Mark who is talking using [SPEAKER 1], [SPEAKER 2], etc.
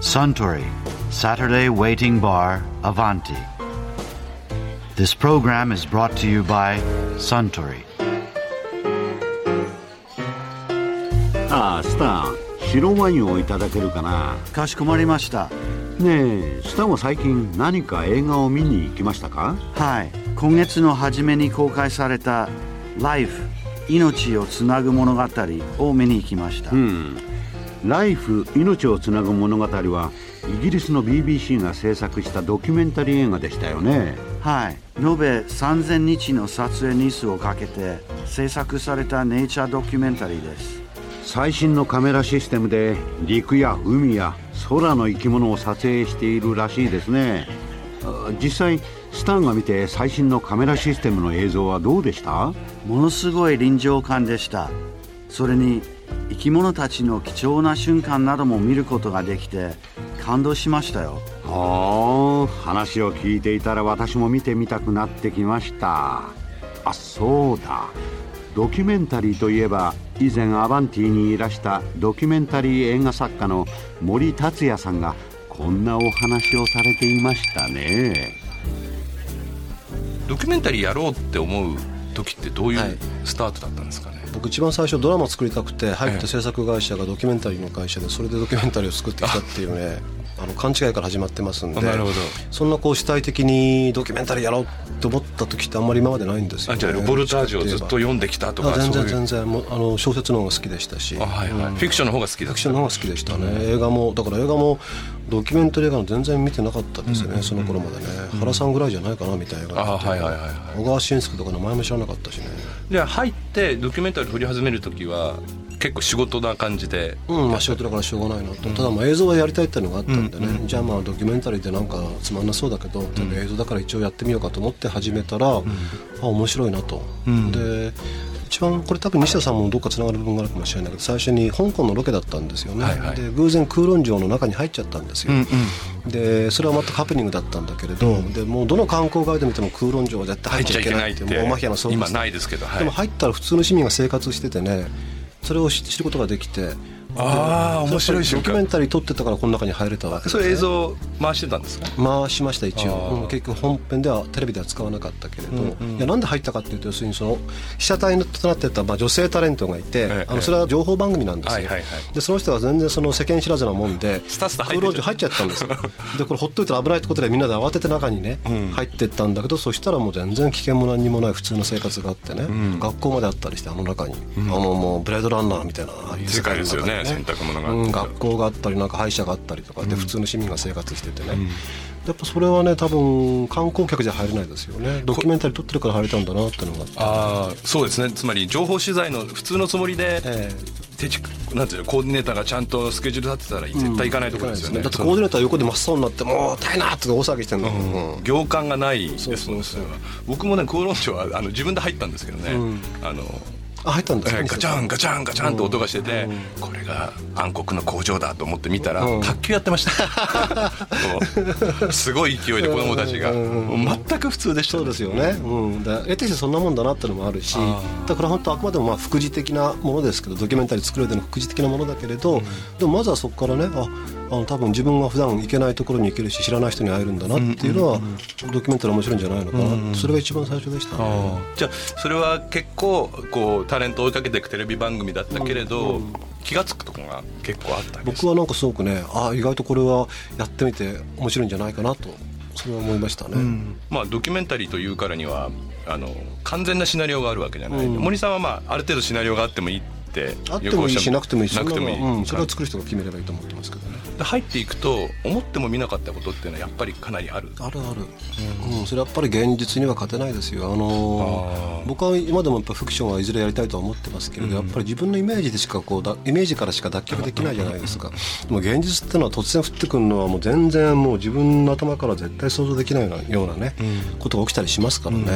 [SPEAKER 1] Suntory Saturday Waiting Bar Avanti. This program is brought to you by Suntory.
[SPEAKER 2] ああスター白ワインをいただけるかな
[SPEAKER 1] かしこまりました
[SPEAKER 2] ねえスターも最近何か映画を見に行きましたか
[SPEAKER 1] はい今月の初めに公開された「Life 命をつなぐ物語」を見に行きました、
[SPEAKER 2] うん「ライフ命をつなぐ物語」はイギリスの BBC が制作したドキュメンタリー映画でしたよね
[SPEAKER 1] はい延べ3000日の撮影日数をかけて制作されたネイチャードキュメンタリーです
[SPEAKER 2] 最新のカメラシステムで陸や海や空の生き物を撮影しているらしいですねあ実際スタンが見て最新のカメラシステムの映像はどうでした
[SPEAKER 1] ものすごい臨場感でしたそれに生き物たちの貴重な瞬間なども見ることができて感動しましたよ
[SPEAKER 2] ほう話を聞いていたら私も見てみたくなってきましたあそうだドキュメンタリーといえば以前アバンティにいらしたドキュメンタリー映画作家の森達也さんがこんなお話をされていましたね
[SPEAKER 3] ドキュメンタリーやろうって思う時ってどうい
[SPEAKER 4] は
[SPEAKER 3] う
[SPEAKER 4] い
[SPEAKER 3] スタートだったんですかね、
[SPEAKER 4] 僕一番最初ドラマ作りたくて入った制作会社がドキュメンタリーの会社でそれでドキュメンタリーを作ってきたっていうねあの勘違いから始まってますんで
[SPEAKER 3] あなるほど
[SPEAKER 4] そんなこう主体的にドキュメンタリーやろうと思った時ってあんまり今までないんですよ、
[SPEAKER 3] あ
[SPEAKER 4] ね、
[SPEAKER 3] じゃあルボルタージュをずっと読んできたとか
[SPEAKER 4] あ全
[SPEAKER 3] そうい
[SPEAKER 4] 然
[SPEAKER 3] う
[SPEAKER 4] 全然もうあの小説の方が好きでしたし
[SPEAKER 3] あはいはい、フィクションの方が好きだ
[SPEAKER 4] アクションの方が好きでしたね、映画もだから映画もドキュメンタリー映画の全然見てなかったんですよね、その頃までね、原さんぐらいじゃないかなみたいな映画だ
[SPEAKER 3] あ
[SPEAKER 4] った
[SPEAKER 3] はいはいはいは
[SPEAKER 4] 小川伸介とか名前も知らなかったしね
[SPEAKER 3] いじゃあ入ってドキュメンタリー撮り始める時は結構仕事な感じで、
[SPEAKER 4] うん、まあ仕事だからしょうがないなと、ただまあ映像はやりたいっていうのがあったんでね、じゃあまあドキュメンタリーでなんかつまんなそうだけど、とりあえず映像だから一応やってみようかと思って始めたら、あ面白いなと、で一番これ多分西田さんもどっかつながる部分があるかもしれないけど最初に香港のロケだったんですよね、
[SPEAKER 3] はいはい
[SPEAKER 4] で偶然空論城の中に入っちゃったんですよ、でそれは全くハプニングだったんだけれど、でもうどの観光ガイド見ても空論城は絶対入っちゃいけないっていうもうマフィアの総
[SPEAKER 3] 今ないですけど、はい、
[SPEAKER 4] でも入ったら普通の市民が生活しててねそれを知知ることができて
[SPEAKER 3] あー
[SPEAKER 4] で
[SPEAKER 3] 面白い瞬間
[SPEAKER 4] ドキュメンタリー撮ってたからこの中に入れたわけ
[SPEAKER 3] そ
[SPEAKER 4] ね
[SPEAKER 3] れ映像回してたんですか
[SPEAKER 4] 回しました一
[SPEAKER 3] あ
[SPEAKER 4] 応
[SPEAKER 3] ー
[SPEAKER 4] うん結局本編ではテレビでは使わなかったけれど、いやなんで入ったかっていうと要するにその被写体となってた、まあ、女性タレントがいて、
[SPEAKER 3] え
[SPEAKER 4] あのそれは情報番組なんですよ、
[SPEAKER 3] はいはいはい
[SPEAKER 4] でその人は全然その世間知らずなもんで
[SPEAKER 3] スタスタ入
[SPEAKER 4] 空
[SPEAKER 3] ってっ
[SPEAKER 4] 論
[SPEAKER 3] ちゃ
[SPEAKER 4] 城
[SPEAKER 3] った
[SPEAKER 4] 入っちゃったんで すよでこれほっといたら危ないってことでみんなで慌てて中にね、入ってったんだけどそしたらもう全然危険も何にもない普通の生活があってね、学校まであったりしてあの中に、あのもうブレードランナーみたいなああいう
[SPEAKER 3] 世界ですよね
[SPEAKER 4] 世界の中に
[SPEAKER 3] 洗濯物が
[SPEAKER 4] うん、学校があったりなんか歯医者があったりとかで普通の市民が生活しててね、やっぱそれはね多分観光客じゃ入れないですよねドキュメンタリー撮ってるから入れたんだなってのがあって
[SPEAKER 3] ああそうですねつまり情報取材の普通のつもりで、
[SPEAKER 4] え
[SPEAKER 3] 手ちなんていうのコーディネーターがちゃんとスケジュール立てたら絶対行かないところですよね、
[SPEAKER 4] だってコーディネーター横で真っ青になってもう大変なって大騒ぎしてんの、うん
[SPEAKER 3] 行間がないです
[SPEAKER 4] そうそうそう
[SPEAKER 3] もんね僕もね厚労省はあの自分で入ったんですけどね、あの
[SPEAKER 4] あ入ったん
[SPEAKER 3] え
[SPEAKER 4] ですか
[SPEAKER 3] ーガチャンガチャンガチャンと音がしてて、これが暗黒の工場だと思って見たら、卓球やってました そうすごい勢いで子供たちが、もう全く普通でした
[SPEAKER 4] そうですよね、うん、で得てしてそんなもんだなってのもあるしだから本当あくまでもまあ副次的なものですけどドキュメンタリー作る上での副次的なものだけれど、でもまずはそこからねああの多分自分が普段行けないところに行けるし知らない人に会えるんだなっていうのは、ドキュメンタリー面白いんじゃないのかな、それが一番最初でしたね。
[SPEAKER 3] じゃあそれは結構こうタレントを追いかけていくテレビ番組だったけれど、気が付くとこが結構あったんです
[SPEAKER 4] 僕はなんかすごくねあ意外とこれはやってみて面白いんじゃないかなとそれは思いましたね、
[SPEAKER 3] まあ、ドキュメンタリーというからにはあの完全なシナリオがあるわけじゃない、森さんは、まあ、ある程度シナリオがあってもいいって
[SPEAKER 4] あってもいいしなくてもいいし
[SPEAKER 3] なくてもいい
[SPEAKER 4] そんなのはうんそれを作る人が決めればいいと思ってますけどね
[SPEAKER 3] で入っていくと思っても見なかったことっていうのはやっぱりかなりある
[SPEAKER 4] あるある、うんそれやっぱり現実には勝てないですよ、あのー僕は今でもやっぱフィクションはいずれやりたいとは思ってますけれど、やっぱり自分のイメージでしかこうだイメージからしか脱却できないじゃないですかでも現実ってのは突然降ってくるのはもう全然もう自分の頭から絶対想像できないようなようなね、ことが起きたりしますからね、